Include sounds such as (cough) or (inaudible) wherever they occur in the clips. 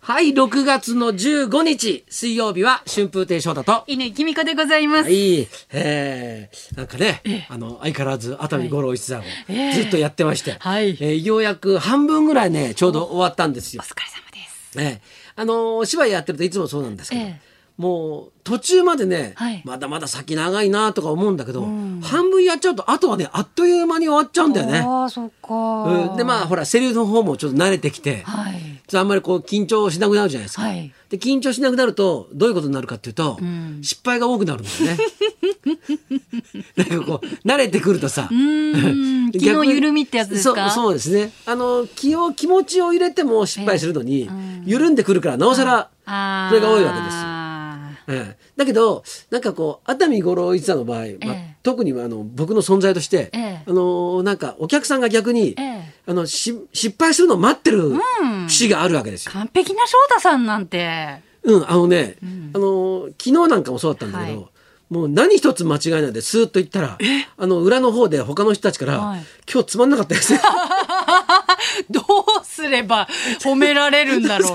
はい、6月の15日、水曜日は春風亭昇太と、犬きみこでございます。はい、えー、なんかね、あの、相変わらず熱海五郎一座をずっとやってまして、はいえーようやく半分ぐらいね、ちょうど終わったんですよお。疲れ様です。ええあのーお芝居やってるといつもそうなんですけど、ええもう途中までね、はいまだまだ先長いなとか思うんだけど、半分やっちゃうとあとはねあっという間に終わっちゃうんだよね。ああ、そっかうん、でまあほらセリフの方もちょっと慣れてきて、はい。ちょっとあんまりこう緊張しなくなるじゃないですか。 (laughs) はいで緊張しなくなるとどういうことになるかっていうと、ん失敗が多くなるんだ (laughs) よね。なんかこう慣れてくるとさ。うーん、気の緩みってやつですかそうそうですねあの気を気持ちを入れても失敗するのに、ええうん緩んでくるからなおさらあそーれが多いわけですよええだけどなんかこう熱海五郎一座の場合、まあええ特にあの僕の存在として、ええあのなんかお客さんが逆に、ええあのし失敗するのを待ってる節があるわけですよ。完璧な翔太さんな (laughs) んて。うん、あのね、んあの昨日なんかもそうだったんだけど、はもう何一つ間違いないでスーッと行ったらあの裏の方で他の人たちから、はい今日つまんなかった (laughs) ですね」 (laughs) どうすれば褒められるんだ (laughs) ろう。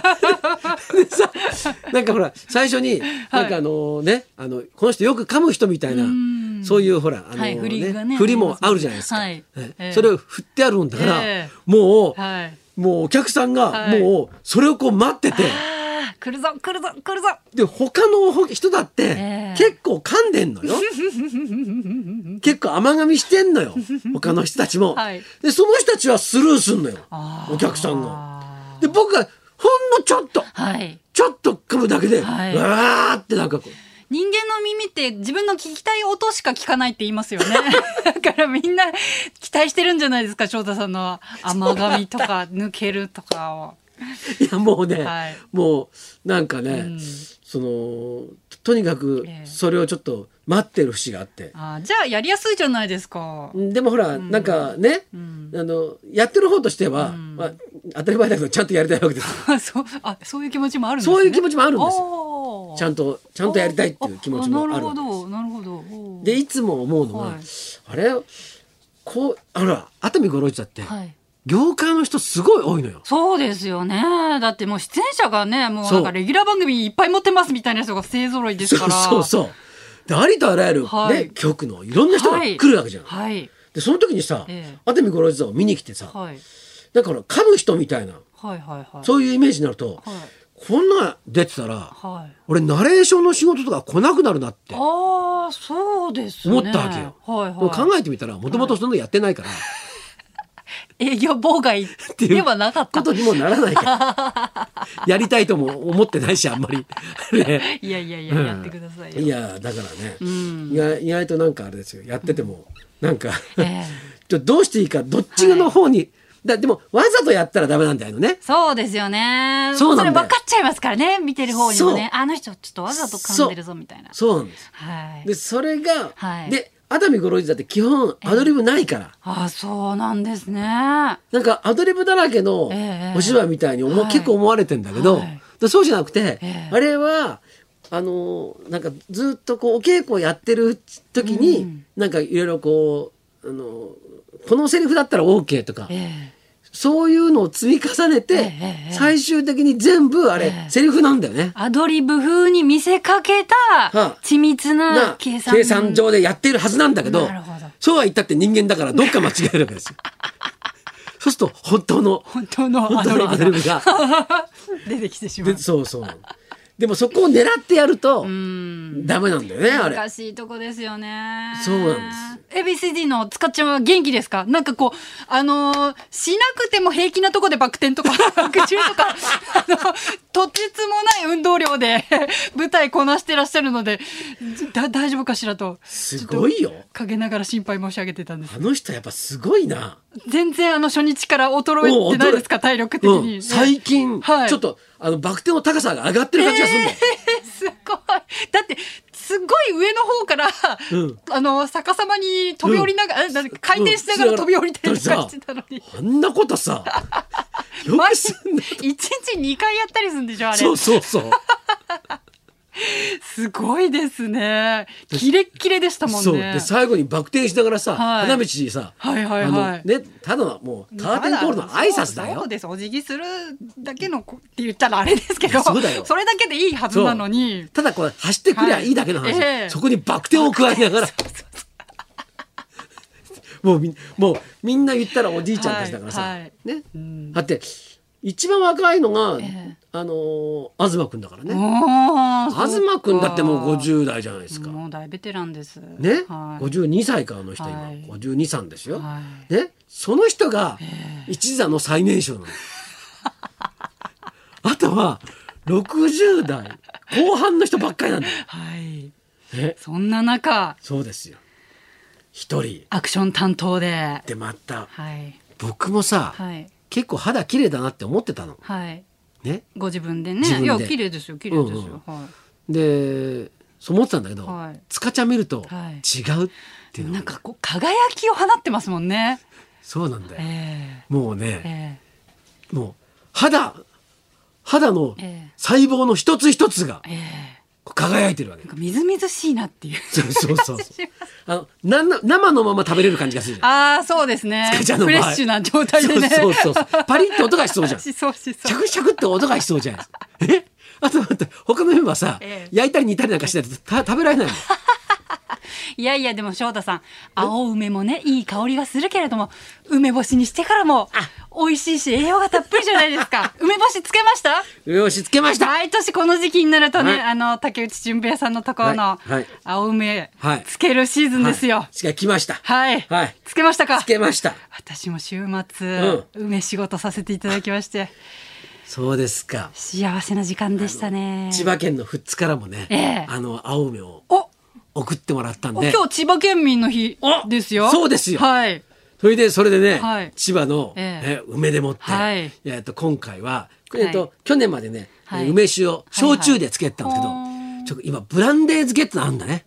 でさなんかほら最初になんかあのね、あのこの人よく噛む人みたいなうんそういうほらあの、はい振りがね振りもあるじゃないですか、はいねええそれを振ってあるもんだから、ええもう、はい。もうお客さんがはいもうそれをこう待 (laughs) ってて、ああ、来るぞ、来るぞ、来るぞ。で他のほ人だってええ結構噛んでんの (laughs) よ。結構甘噛みしてんのよ他の人たちも。はいでその人たちはスルーすんのよあーお客さんが。で僕がほんのちょっとはい。ちょっと噛むだけで、はいうわーってなんかこう。人間の耳って自分の聞きたい音しか聞かないって言いま (laughs) すよね。だからみんな期待してるんじゃないですか、翔太さんの甘噛みとか抜けるとかを。いやもうね、はいもうなんかね、んそのととにかくええそれをちょっと待ってる節があって、あーじゃあやりやすいじゃないですか。でもほら、なんかね、うん。 (laughs) あのやってる方としては、まあ、当たり前だけどちゃんとやりたいわけですよそう、あ、そういう気持ちもあるんですね。そういう気持ちもあるんですよよちゃんと、とちゃんとやりたいっていう気持ちもあるわけなでるすほど、なるほど。おーで、いつも思うのは、はいあれこうあら熱海五郎一だって、はい。業界の人すごい多いのよ。そうですよね。だってもう出演者がね、もうなんそうかレギュラー番組いっぱい持ってますみたいな人が勢揃いですから。そうそうそうでありとあらゆる、ねはい局のいろんな人が来るわけじゃん。はい。でその時にさ、ええ熱海五郎一座を見に来てさ、はい。だから噛む人みたいなはいはいはい。そういうイメージになると、はいこんな出てたらはい。俺ナレーションの仕事とか来なくなるなってもああ、そうですね。思ったわけよはいはうい。考えてみたらもともとそんなのやってないから、営業妨害いうではなかっこた。とにもならないから (laughs) やりたいとも思ってないしあんまり。 (laughs) ねいやいやいや、うんやってくださいよ。いやだからね、んいや意外となんかあれですよやってても、なんかえ (laughs) ちえょどうしていいかどっちの方に、だでもわざとやったらダメなんだよね。そうですよね。そうなんだよれ分かっちゃいますからね、見てる方にもね。あの人ちょっとわざと噛んでるそぞみたいな。そうなんですはいで。それが、はいで熱海五郎一座って基本アドリブないから、ああ、そうなんですね。なんかアドリブだらけのええお芝居みたいに思う、はい結構思われてんだけど、はいでそうじゃなくて、ええあれはあのなんかずっとこうお稽古をやってる時に、うんなんかいろいろこうあのこのセリフだったら OK とか、ええそういうのを積み重ねて、えええ最終的に全部あれ、ええセリフなんだよね。アドリブ風に見せかけはたあ緻密なな計算。計算上でやっているはずなんだけどなるほどそうは言ったって人間だからどっか間違えるわけ (laughs) ですよ。そうすると本当の本当の本ア当ドのアドリリブブがが (laughs) 出てきてしまうで。そうそうでもそこを狙ってやるとうん。ダメなんだよねあれ難しいとこですよね。そうなんです。ABCD の塚ちゃんは元気ですかなんかこう、あのーしなくても平気なとこでバク転とか、 (laughs) バク宙とか、あの、とてつもない運動量で舞台こなしてらっしゃるので、だ大丈夫かしらと。すごいよ陰ながら心配申し上げてたんです。あの人やっぱすごいな、全然あの初日から衰えてないですか体力的うに。ん、最近、はいちょっとあのバク転の高さが上がってる感じがするんだよ、すごい。だって、すごい上の方から、うんあの、逆さまに飛び降りながら、えなんか回転しながうらん飛び降りたりとかしてたのに。あんなこと (laughs) さよ毎く日すんな1日2回やったりするんでしょあれそうそうそうすごいですね。キレッキレでしたもんね。そうで最後にバク転しながらさ、はい花道にさ、はいはいあはのい。ねただのもうカーテンコールの挨拶だそうそよう。ですお辞儀するだけのこって言ったらあれですけいやどそうだよれだけでいいはずなのにただこれ走ってくりゃいいだけの話、はいええそこにバク転を加えなが (laughs) ら。もうみもうみんな言ったらおじいちゃんたちだからさ、はいはいね、んだって一番若いのが、ええあのー東君だからね、あ東君だってもう50代じゃないですか、もう大ベテランですね、はい52歳かあの人今、はい52歳ですよ、はね、その人が一座の最年少なの。あとは60代後半の人ばっかりなん (laughs) だよ。はいね、そんな中そうですよ。一人アクション担当ででまたはい僕もさ、はい結構肌綺麗だなって思ってたの。はいね、ご自分でね自分でいや綺麗ですよ綺麗ですよ、はでそう思ってたんだけど、はい塚ちゃん見るとはい違うっていいうのが、なんかこう輝きを放ってますもんねそうなんだよ。えもうえね、えもう肌肌のええ細胞の一つ一つがええ輝いてるわけ (laughs) え。なんかみずみずしいなっていうそうそうそうそう。あの、なんな、生のまま食べれる感じがするじゃん。ああ、そうですね。スカジャンのフ場合レッシュな状態でね。そうそうそうそう。パリッと音がしそうじゃん。シしそうしそャう。クシャクって音がしそうじゃないですか。えあと待って、他のメンバーさ、ええ焼いたり煮たりなんかしないとた食べられないの。いやいや、でも翔太さん、青梅もね、いい香りがするけれども、梅干しにしてからも、美味しいし、栄養がたっぷりじゃないですか。梅干しつけましたよし、つけました。毎年この時期になるとね、はいあの、竹内純平さんのところのはいはい、青梅はい、つけるシーズンですよ。しか来ました。はい。はいつけましたかつけました。私も週末、梅仕事させていただきまして、そうですか。幸せな時間でしたね。千葉県の富津からもね、ええあの、青梅をお送ってもらったんおで、今日千葉県民の日おですよ。そうですよはい。それで、それでね、はい千葉の、えええ梅でもって、はいえっと、今回は、はいえっと、去年までね、はい梅酒を焼酎で漬けてたんですけど、はいはいちょっと今、ブランデー漬けってのあるんだね。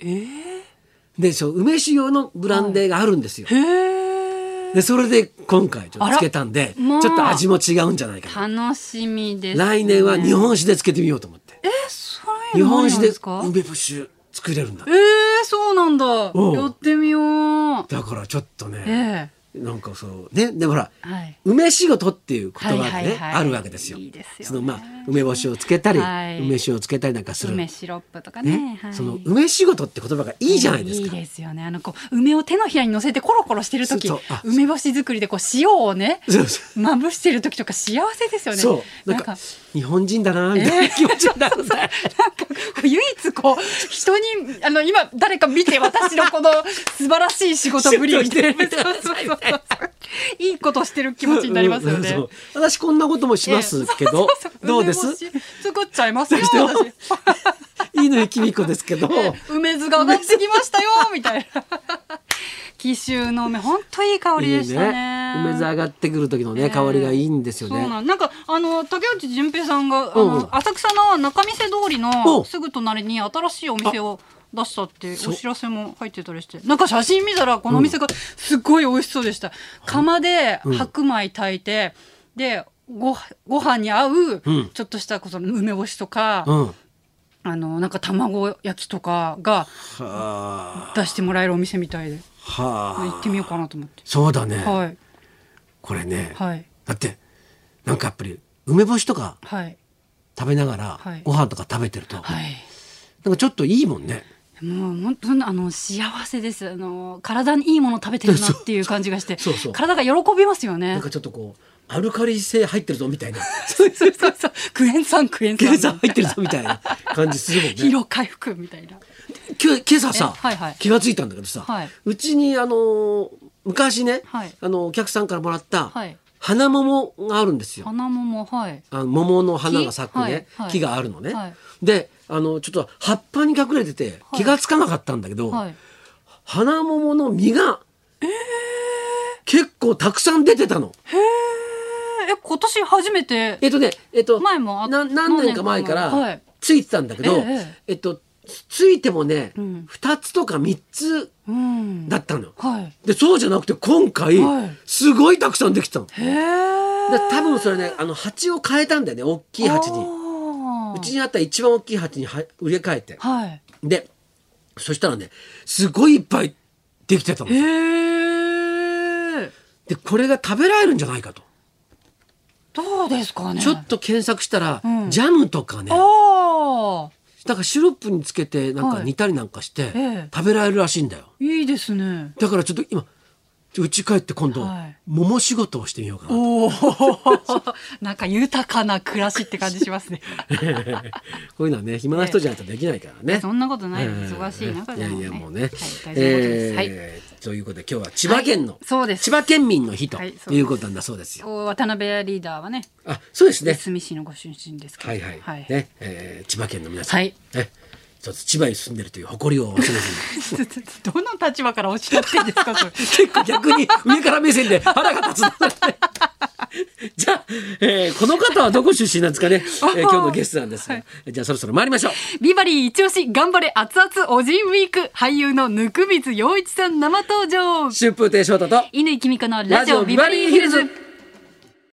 で、そう、梅酒用のブランデーがあるんですよ。へえ。で、それで今回、ちょっと漬けたんで、あらまあちょっと味も違うんじゃないかな。楽しみです、来年は日。本酒で漬けてみようと思って。え、そう日いうのあ本りなん酒でですか。梅酒作れるんだえ。ー、そうなんだ。おうやってみよう。だからちょっとね、ええなんかそう、ね、でもほら、はい。梅仕事っていう言葉がね、はいはいはいあるわけですよ。いいですよねそのまあ梅干しをつけたり、はい梅酒をつけたりなんかする。梅ね、シロップとかね。はい、その梅仕事って言葉がいいじゃないですか。いいですよね。あのこう梅を手のひらに乗せてコロコロしてる時そうそうあ梅干し作りでこう塩をね、そうそまぶしてる時とか幸せですよう。ね。そう、なんか日本人だなみたいな気持ちになるんだよ。なんかこう唯一こう人にあの今誰か見て私のこの素晴らしい仕事ぶりみたいな仕事してるいいことしてる気持ちになりますよね。うんそう私こんなこともしますけど、そうそうどうです？梅干し作っちゃいますよどう私。いいのよきみこです (laughs) けど。梅酢が上がってきま (laughs) したよみたいな。紀州の梅本当いい香りでしたね。梅酢上がってくる時のね、ええ香りがいいんですそようね。なんなんかあの竹内純平さんがあうんうんの浅草の仲見世通りおのうすぐ隣に新しいお店を出したってお知らせも入ってたりしてなんか写真見たらこのお店がすっごい美味しそうでした、釜で白米炊いて、でごご飯に合ううんちょっとしたこそ梅干しとか、うん。はあのなんか卵焼きとかがあ。出してもらえるお店みたいで行はっあ。てみようかなと思ってそうだね。はいこれね、はいだってなんかやっぱり梅干しとかはい食べながらはいご飯とか食べてると、はい。なんかちょっといいもんね。もう本当にあの幸せですあの体にいいもの食べてるなっていう感じがして (laughs) そうそう体が喜びますよなんねかちょっとこうアルカリ性入ってるぞみた (laughs) いな、そうそうそうそうクエン酸ク (laughs) エン計酸算入ってるぞみたいな感じするもん疲ね。労回復みたいな今日今朝さ、えはいはい気がついたんだけどさ、はいうちにあのー昔ね、はいあのお客さんからもらったはい花桃があるんですよ。鼻ももはいあの桃の花が咲くね木木,、はがいあるのね、はいであのちょっと葉っぱに隠れててはい気がつかなかったんだけど、はい花桃の実が、結構たくさん出てたの。ええ今年初めてえっとね、えっと、前もあな何年か前か何年か前はらいついてたんだけど、ええええっと、つついてもね、二うん2つとか3つうんだったのよ。はいで、そうじゃなくて今回、はいすごいたくさんできたの。でへえ多分それね、あの、鉢を変えたんだよね、大きい鉢に。あうちにあった一番大きい鉢には植え替えてはい。でそしたらねすごいいっぱいできてたのへえ。でこれが食べられるんじゃないかとどうですかね。ちょっと検索したら、うんジャムとかねああ。だからシロップにつけてなんかはい煮たりなんかしてええ食べられるらしいんだよ、いいですね。だからちょっと今うち帰って今度、はい桃仕事をしてみようかなおお。 (laughs) なんか豊かな暮らしって感じしますね。こういうのはね暇な人じゃないとできないからね、 (laughs) そんなことないです。ええ忙しい中でも、ね。いやいやもうね、はい、大事なことです。はい。えーということで今日は千葉県の、はいそうです千葉県民の日とはいそうですいうことなんだそうですよ、こう渡辺リーダーはね、あそうですいねすみ市のご出身ですけど。はいはい、はい。ね、えー千葉県の皆さん、はいね一つ千葉に住んでるという誇りを忘れずに (laughs) どの立場からおっしゃってんですか、それ。結構逆に上から目線で腹が立つな (laughs) じゃあ、えーこの方はどこ出身なんですかね、えー今日のゲストなんですが、じゃあそろそろ参りましょうビバリー一押し頑張れ熱々おじんウィーク俳優の温水洋一さん生登場春風亭昇太と乾きみかのラジオビバリーヒルズ